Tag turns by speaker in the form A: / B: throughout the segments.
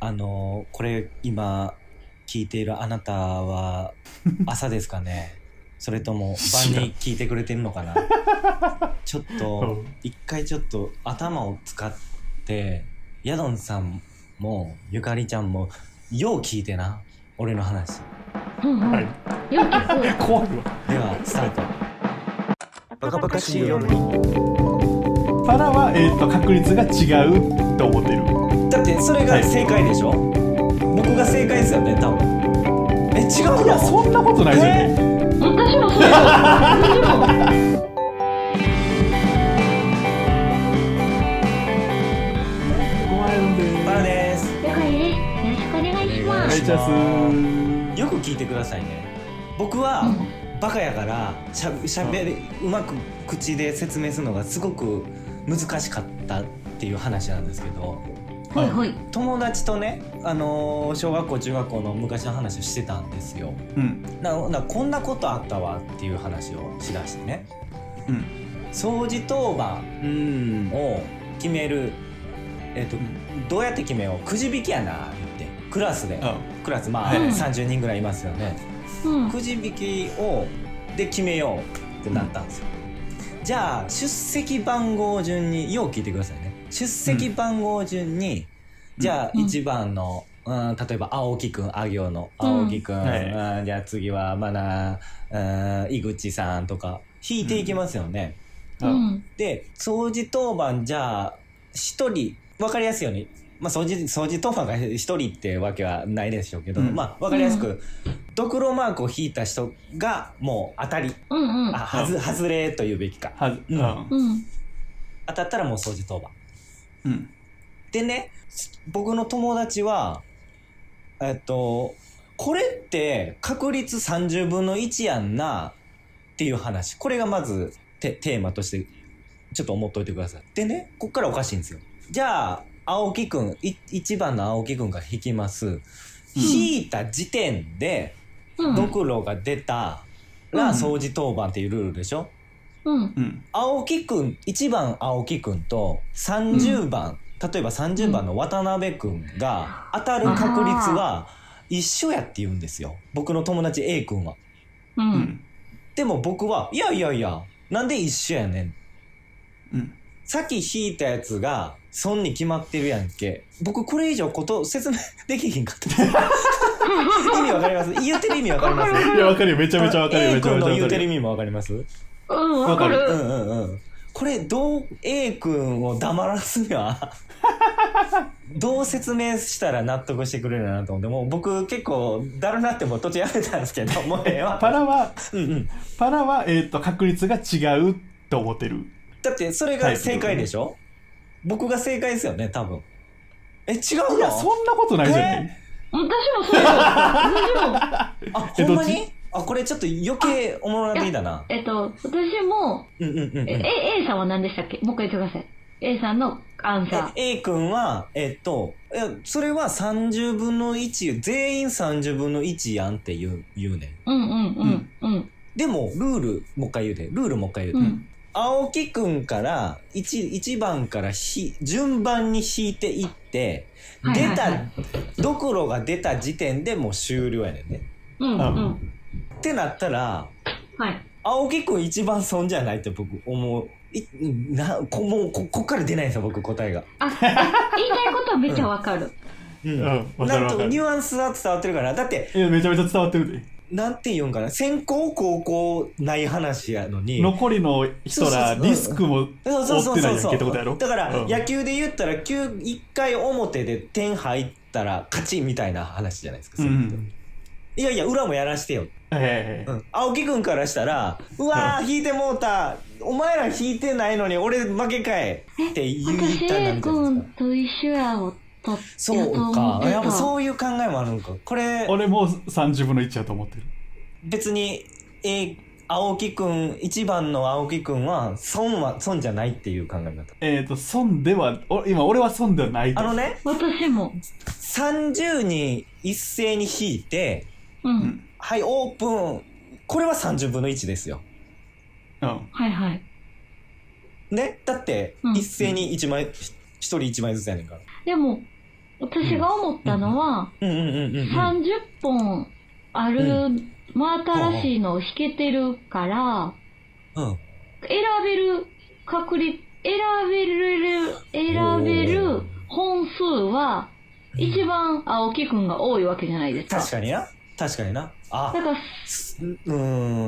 A: あのこれ今聞いているあなた は朝ですかねそれとも
B: 知ら
A: 晩
B: ん
A: に聞いてくれてるの かなちょっと一回ちょっと頭を使ってヤドンさんもゆかりちゃんもよう聞いてな俺の話
C: うんうん
B: は
C: よう聞く
B: い。怖いわ。
A: ではスタートバカバカしい夜
B: パラは、えっ、と、確率が違うと思ってる。
A: だってそれが正解でしょ、僕が正解ですよね多分え違う
B: いや、
A: の
B: そんなことないですよね。
C: 私もそう私も
B: 怖いんで。
A: パラです
C: 了解ですよろしくお願いしま
B: は
C: す
B: い、じゃあすー。
A: よく聞いてくださいね僕はバカやからしゃしゃべりうまく口で説明するのがすごく難しかったっていう話なんですけど
C: はいはい
A: 友達とね、あのー小学校中学校の昔の話をしてたんですよ
B: うん。
A: ななこんなことあったわっていう話をしだしてね
B: うん。
A: 掃除当番
B: うん。
A: を決める、えっとどうやって決めようくじ引きやなってクラスで
B: あ、
A: クラスまあ、
B: はい
A: 30人ぐらいいますよね
C: うん
A: くじ引きをで決めようってなったんですよ、じゃあ出席番号順によう聞いてくださいね出席番号順に、
B: うん
A: じゃあ
C: うん
A: 1番の、うん、例えば青木くんあ行の青木くん、
B: うんはい
A: うんじゃあ次はまだ、うん、井口さんとか引いていきますよね、
C: う
B: うん
C: ん
A: で掃除当番じゃあ1人分かりやすいように、まあ、掃除掃除当番が1人ってわけはないでしょうけど、
B: うん
A: まあ分かりやすく、
C: う
A: ドクロマークを引いた人がもう当たり
C: うんうん
A: あはず外れというべきか
B: はず、
A: う
B: うんん。
C: うん
A: 当たったらもう掃除当番
B: うん。
A: でね僕の友達はえっとこれって確率30分の1やんなっていう話これがまずテテーマとしてちょっと思っといてくださいでねこっからおかしいんですよじゃあ青木くんい1番の青木くんが引きます引いた時点で
C: うん
A: ドクロが出たら
C: うん
A: 掃除当番っていうルールでしょ、
C: うん
B: うん。
A: 青木くん1番青木くんと30番、例えば30番の渡辺くんが当たる確率は一緒やって言うんですよ僕の友達 A くんは
B: う
C: う
B: んん。
A: でも僕はいやいやいやなんで一緒やねん
B: うん。
A: さっき引いたやつが損に決まってるやんけ僕これ以上こと説明できひんかった 意味わかります言ってる意味わかります
B: いや、わかるよ。めちゃめちゃわかるよ。
A: A
B: めちゃ
A: 君
B: め
A: の
B: ちゃわ
A: 言
B: か
A: うて
B: る
A: る意
B: よ。
A: 味もわかります
C: うんわかる
A: うんうんうんこれどう A 君を黙らすに はどう説明したら納得してくれるのかなと思ってもう僕結構だるなってもう途中やめたんですけどもうええわ
B: パラは、
A: うん、うん、
B: パラは、えっ、と、確率が違うと思ってる。
A: だってそれが正解でしょ僕が正解ですよね多分え違うの
B: いや、そんなことないじゃない。
C: 私もそう
A: あほん
C: 私も
A: ま
B: えどっ
A: にあこれちょっと余計おもろなっていいだな
C: えっと私も
A: うんうんうんうん
C: え A A さんは何でしたっけもう一回言ってください A さんのアンサー
A: え A 君はえっといやそれは30分の1全員30分の1やんって言う言うねん
C: うんうんうんうん
A: でもルールもう一回言うてルールもう一回言う
C: う
A: て、
C: ん
A: 青木くんから一一番からひ順番に引いていって
C: はい
A: 出
C: はい
A: た、
C: はい
A: ドクロが出た時点でもう終了やねんね
C: うんうん
A: ってなったら
C: はい
A: 青木くん一番損じゃないって僕思ういなこもうここっから出ないんですよ僕答えが、
C: あえ言いたいことはめっちゃわかる
A: う
B: うん。わかる
A: な
B: わ
A: ん
B: か
A: と
B: る。
A: ニ
B: い
A: ュアンスは伝わってるからだって
B: や、めちゃめちゃ伝わってるで。
A: なんて言うんかな先行高校ない話やのに
B: 残りの人ら
A: そうそうそう
B: リスクも
A: そうそう
B: 追
A: そう
B: って
A: そ
B: な
A: う
B: いやんけってことやろ
A: だから
B: うん
A: 野球で言ったら9 1回表で点入ったら勝ちみたいな話じゃないですか、そ
B: う
A: れって
B: ん
A: いやいや裏もやらしてよ、
B: ええ
A: うん青木君からしたら「うわー引いてもうたお前ら引いてないのに俺負けかえ」って言い
C: 私
A: たいな
C: A
A: みたいな
C: 君と一緒やをと
A: そうかやっぱ
C: う
A: そういう考えもあるんかこれ
B: 俺もう30分の1やと思ってる
A: 別に、えー青木君一番の青木君は損は損じゃないっていう考え方
B: えっ、と損ではお今俺は損ではないと
A: あのね
C: 私も
A: 30人一斉に引いて
C: うん
A: はい、オープン。これは30分の1ですよ。
B: うん
C: はいはい
A: ねだって
C: う、ん
A: 一斉に1枚、一人1枚ずつやねんから。
C: でも私が思ったのは、
A: うんうんうんうんうん。
C: 30本あ
A: う
C: る真新しいのを引けてるか
A: う
C: ら、
A: ん。
C: 選べる確率、選べる、選べる本数は、一番青木くんが多いわけじゃないですか。
A: 確かにな。確かにな。あ
C: だ、から、
A: すうー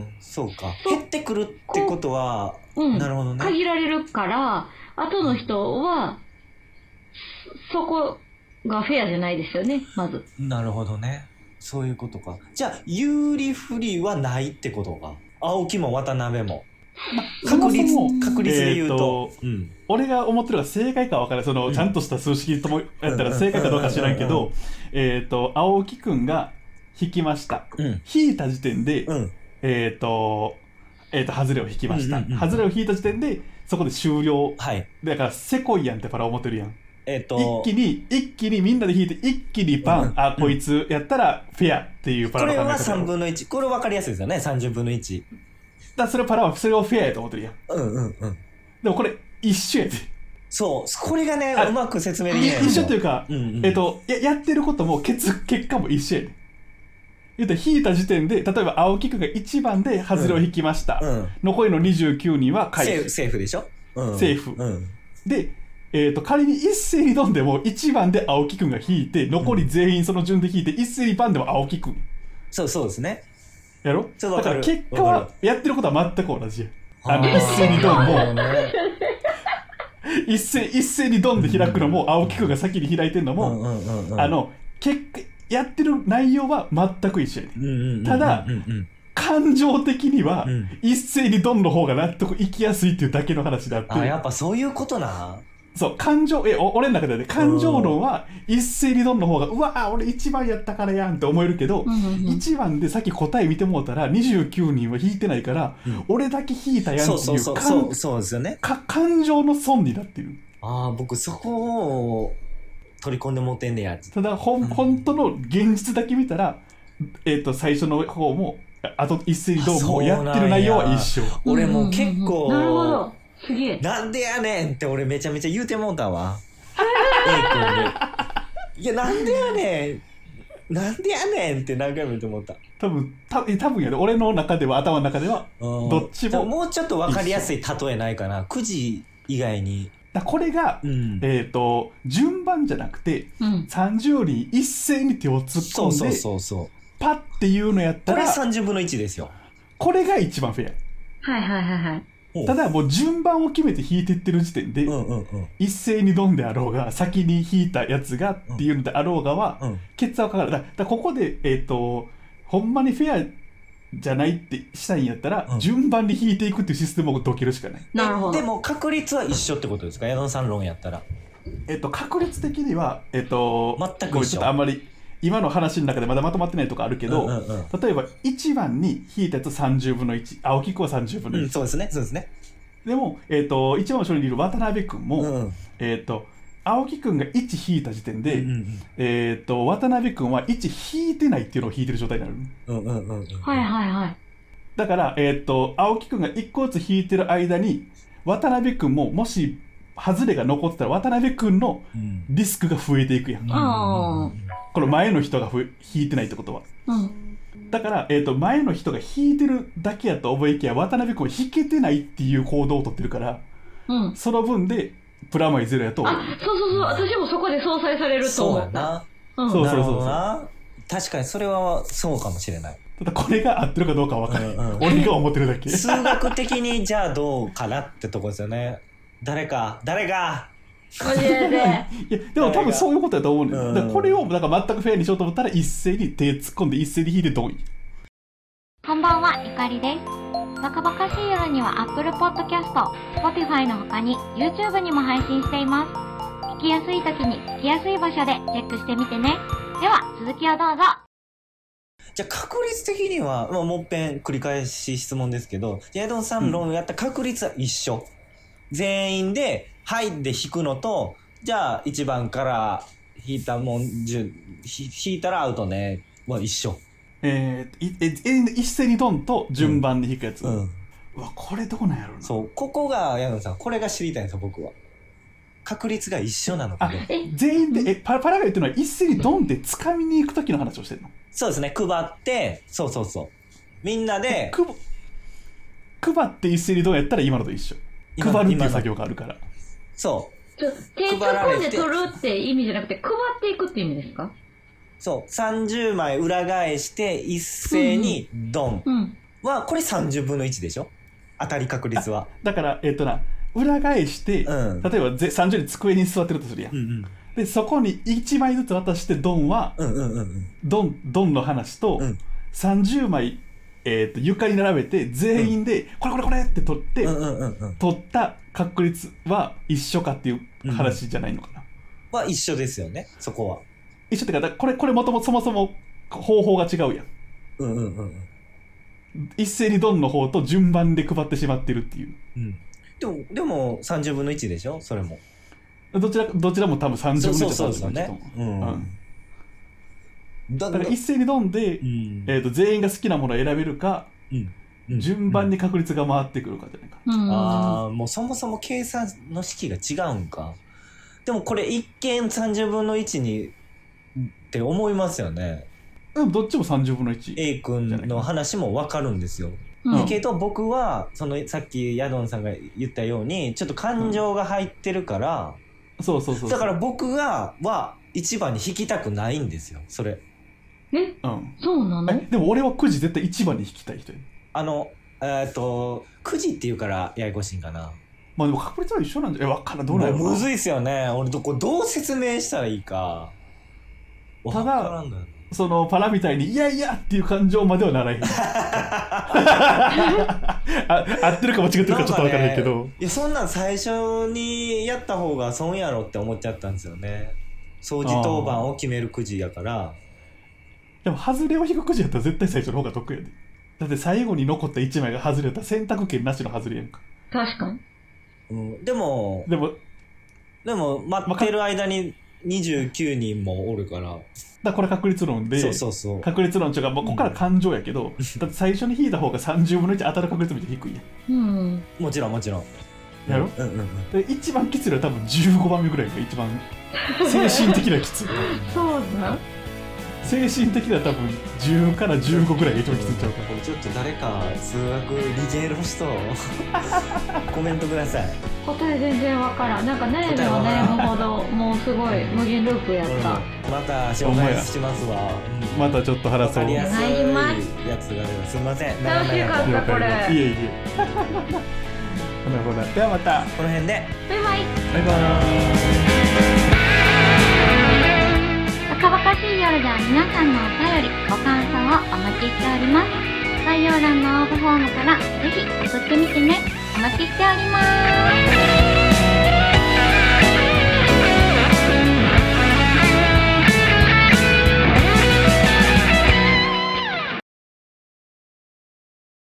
A: ん、そうか。
C: そう
A: 減ってくるってことは、
C: うん。
A: なるほどね。
C: 限られるから、後の人は、そそこがフェアじゃないですよね、まず。
A: なるほどね。そういうことか。じゃあ、有利不利はないってことか。青木も渡辺も。
B: そも
A: 確
B: そ
A: 率
B: も、
A: 確率で言う
B: えー
A: と
B: と。
A: うん。
B: 俺が思ってるのが正解かは分からない、その、
A: うん
B: ちゃんとした数式ともやった
A: うん
B: ら正解かどうか知らんけ
A: うん
B: ど、えっ、と、青木くんが引きました。
A: うん。
B: 引いた時点で、
A: うん。
B: えっ、と、えっ、と、外れを引きました。
A: うんうんうん
B: 外れを引いた時点で、そこで終了。
A: はい。
B: だから、せこいやんってパラ思ってるやん。
A: えっ、
B: 一
A: と、
B: 気に、一気にみんなで引いて、一気にバン、
A: うん
B: あ、こいつやったらフェアっていうパ
A: こ
B: ラの
A: れ
B: 考え方
A: は
B: やろ
A: 3分の1。これ分かりやすいですよね。30分の1。
B: だからそれパラはそれをフェアやと思ってるやん。
A: うんうんうん。
B: でもこれ、一緒やで。
A: そう。これがね、
B: あ
A: うまく説明できないの。
B: 一緒っていうか、
A: うんうん、
B: えっ、と、ややってることも結結果も一緒やね言うたら引いた時点で例えば青木くんが1番でハズレを引きました、
A: うん。
B: 残りの29人は
A: セ
B: 回
A: ーフ、
B: 避
A: セーフでしょうん。
B: セーフ
A: うん。
B: で、えー、と仮に一斉にドンでも1番で青木くんが引いて残り全員その順で引いて一斉にバンでも青木くん
A: そう、そうですね。
B: やろ
A: ちょっとわ
B: だ
A: か
B: か
A: る
B: ら結果
A: わか
B: はやってることは全く同じやあの
A: ー
B: 一斉にドンも
A: なる
B: 一斉一斉にドンで開くのも青木くんが先に開いてるの
A: ほど
B: も、
A: ねうんうんうんうん
B: あ、の結果やってる内容は全く一緒やね
A: うんうんうんうん
B: ただ
A: うんうん
B: 感情的には、
A: うん
B: 一斉にドンの方が納得いきやすいっていうだけの話であっ、
A: あ、やってぱそういうことな。
B: そう、感情、え、お俺の中ではね、感情論は一斉にドンの方が、うわー俺一番やったからやんって思えるけど
C: う、んうんうん
B: 一番でさっき答え見てもうたら、29人は引いてないから、
A: うん
B: 俺だけ引いたやん
A: そう
B: って
A: そ
B: いうう
A: そう、
B: か
A: そう、そうですよね。
B: か感情の損になってる。
A: ああ、僕そこを取り込んで持ってんねや。
B: ただ、ほ
A: うん
B: ん、本当の現実だけ見たら、えっ、と、最初の方も、あと一斉にドンもやってる内容は一緒。
A: 俺もう結
C: うんうんうんなるほ
A: 構
C: ど、。すげえ。
A: なんでやねんって俺めちゃめちゃ言うてもうた わ。A 君にいや、なんでやねん。なんでやねんって何回も言ってもうた。
B: 多分、た多分やで、俺の中では、頭の中では、
A: ど
B: どっちも
A: もうちょっと分かりやすい例えないかな。9時以外に。
B: だこれが、
A: うん
B: えっ、と、順番じゃなくて、
C: うん。
B: 30人一斉に手を突
A: そう
B: っ込
A: そ
B: ん
A: う
B: で、
A: そうそう。
B: パッていうのやっ
A: こ
B: た
A: れ
B: ら、
A: 30分の1ですよ。
B: これが一番フェ
C: はいはいはいはい。
B: ア。ただ、もう順番を決めて引いてってる時点で、
A: うんうんうん。
B: 一斉にドンであろうが、先に引いたやつがっていうのであろうがは、
A: うん
B: 決断はかかる。だだここで、えっ、と、ほんまにフェアじゃないってしたいんやったら、
A: うん
B: 順番に引いていくっていうシステムをどけるしかない。
C: なるほど。
A: でも確率は一緒ってことですか矢野さん論やったら。
B: えっと、確率的には、えっと、
A: 全く一緒
B: ごめんちょっとあんまり今の話の中でまだまとまってないとこあるけど、
A: うんうん
B: 例えば1番に引いたやつ30分の1青木君は30分
A: う
B: の
A: ん、う
B: 1
A: ん、、そうですね、そうですね。
B: でも、えっと、1番の処理にいる渡辺君も、
A: うん。
B: えっと青木君が1引いた時点で、
A: うんうん
B: えっと渡辺君は1引いてないっていうのを引いてる状態になる
A: うんうんうんうん。
C: はいはいはい。
B: だから、えっと青木君が1個ずつ引いてる間に渡辺君ももし外れが残ってたら渡辺君の
A: うん。
B: リスクが増えていくやん
C: あ
B: この前の人がふ引いてないってことは
C: うん。
B: だから、えー、と前の人が引いてるだけやと思いきや渡辺君は引けてないっていう行動をとってるから
C: うん。
B: その分でプラマイゼロやと思う
C: あ、そうそうそう。私もそこで相殺されると
A: そう
C: 思
A: や
C: った。
A: な。
C: うん。
B: そう
A: なるほどな。確かにそれはそうかもしれない。
B: ただこれが合ってるかどうか は分からない、
A: うんうん
B: 俺が思ってる だけ
A: 数学的にじゃあどうかなってとこですよね。誰か、誰か。
C: マジで。
B: いやでも多分そういうことやと思うねんだ
A: うん
B: だからこれをなんか全くフェアにしようと思ったら一斉に手突っ込んで一斉に引いてどうい
D: こんばんは、ゆかりです。バカバカしい夜には Apple Podcast、Spotify の他に YouTube にも配信しています。聞きやすい時に聞きやすい場所でチェックしてみてね。では、続きをどうぞ。
A: じゃあ確率的には、まあ、もっぺん繰り返し質問ですけど、ヤドンさん論やった確率は一緒。全員で、はいで引くのと、じゃあ1番から引いたもん、じゅひ引いたらアウトね、は一緒。
B: えー、いええ一斉にドンと順番に引くやつ、う
A: うん。
B: わこれどうなんやろうな
A: そう。ここが、ヤドンさん、これが知りたいんですよ、僕は。確率が一緒なのか
B: あ
A: ね。
C: え
B: 全員でえパラパラが言ってるのは一斉にドンで掴みに行く時の話をしてるの
A: そうですね、配って、そうそうそう。みんなで、
B: くぼ配って一斉にドンやったら今のと一緒
A: 今の
B: 配るってい
A: 今
B: う
A: の
B: 作業があるから
A: そう、
C: ちょ手突
A: 配ら
C: っ込
A: れ
C: んで
A: て
C: 取るって意味じゃなくて、配っていくって意味ですか
A: そう、30枚裏返して、一斉にドン
C: うん。
A: は、これ30分の1でしょ当たり確率は。
B: だからえっとな裏返して、
A: うん
B: 例えばぜ30人机に座ってるとするやん、
A: うん
B: でそこに1枚ずつ渡してドンは
A: うん。うんうんうん
B: ドンドンの話と、
A: うん
B: 30枚、えー、と床に並べて全員で、これこれこれって取って、
A: うん。うんうんうんうん。
B: 取った確率は一緒かっていう話じゃないのかな、
A: は一緒ですよね、そこは。
B: 一緒ってかだからこれこれもともそもそも方法が違うやん
A: うんうんうんうん。
B: 一斉にドンの方と順番で配ってしまってるっていう
A: うん。でも、でも30分の1でしょそれも。
B: どちらどちらも多分30分
A: そう
B: の
A: そう
B: 1
A: そう
B: だ
A: ですよね。う。
B: うんん、
A: だ
B: だから一斉にドンで、
A: うん
B: えー、と全員が好きなものを選べるか
A: うん
B: 順番に確率が回ってくるかじゃないかな、
C: うん。
A: ああもうそもそも計算の式が違うんかでもこれ一見30分の1にって思いますよね
B: でもどっちも30分の1
A: A 君の話も分かるんですよ、
C: うん
A: だけど僕はそのさっきヤドンさんが言ったようにちょっと感情が入ってるから、
B: そうそうそうそう
A: だから僕がは一番に引きたくないんですよそれ
C: え、
B: うん、
C: そうなの
B: えでも俺はくじ絶対1番に引きたい人や
A: あのえっ、と9時っていうからややこしいんかな
B: まあでも確率は一緒なんじゃえ分からんどうなんやろう
A: もう
B: な
A: むずいっすよね俺どこどう説明したらいいか
B: ただ
A: わからんのよ
B: そのパラみたいに「いやいや!」っていう感情まではなら へんあ合ってるか間違ってるかちょっと分からないけ
A: な
B: ど、
A: んかねいやそんなん最初にやった方が損やろって思っちゃったんですよね掃除当番を決めるくじやから
B: でも外れを引くくじやったら絶対最初の方が得やでだって最後に残った1枚が外れやったら選択権なしの外れやんか
C: 確かに。
A: うん、でも
B: でも
A: でも待ってる間に29人もおるから
B: だからこれ確率論で
A: そうそうそう
B: 確率論というか、まあ、ここから感情やけど、だって最初に引いた方が30分の1当たる確率めっちゃ低いやん
C: うん。
A: もちろんもちろん
B: やろ
A: うんうんうん
B: で一番きついのは多分15番目ぐらいが一番精神的なきつい
C: そうだ。
B: 精神的な多分10から15ぐらいが一番きついんちゃうか
A: これちょっと誰か数学理系の人 コメントください
C: 答え全然わからん。なんか悩めば悩むほど、もうすごい無限ループやっ
A: う
C: た。
A: んまた紹介しますわうん
B: またちょっと
A: わ
B: 話そ
A: か
B: う
A: りやすい
D: お願いし
A: やつが出たすいません
C: 楽しかった
B: 了解です
C: これ
B: いえい えほなほなではまた
A: この辺で
D: バイバイ
B: バイバーイ
D: 若々しい夜では皆さんのお便り、ご感想をお待ちしております。概要欄の応募フォームからぜひ送ってみてね。お待ちしております。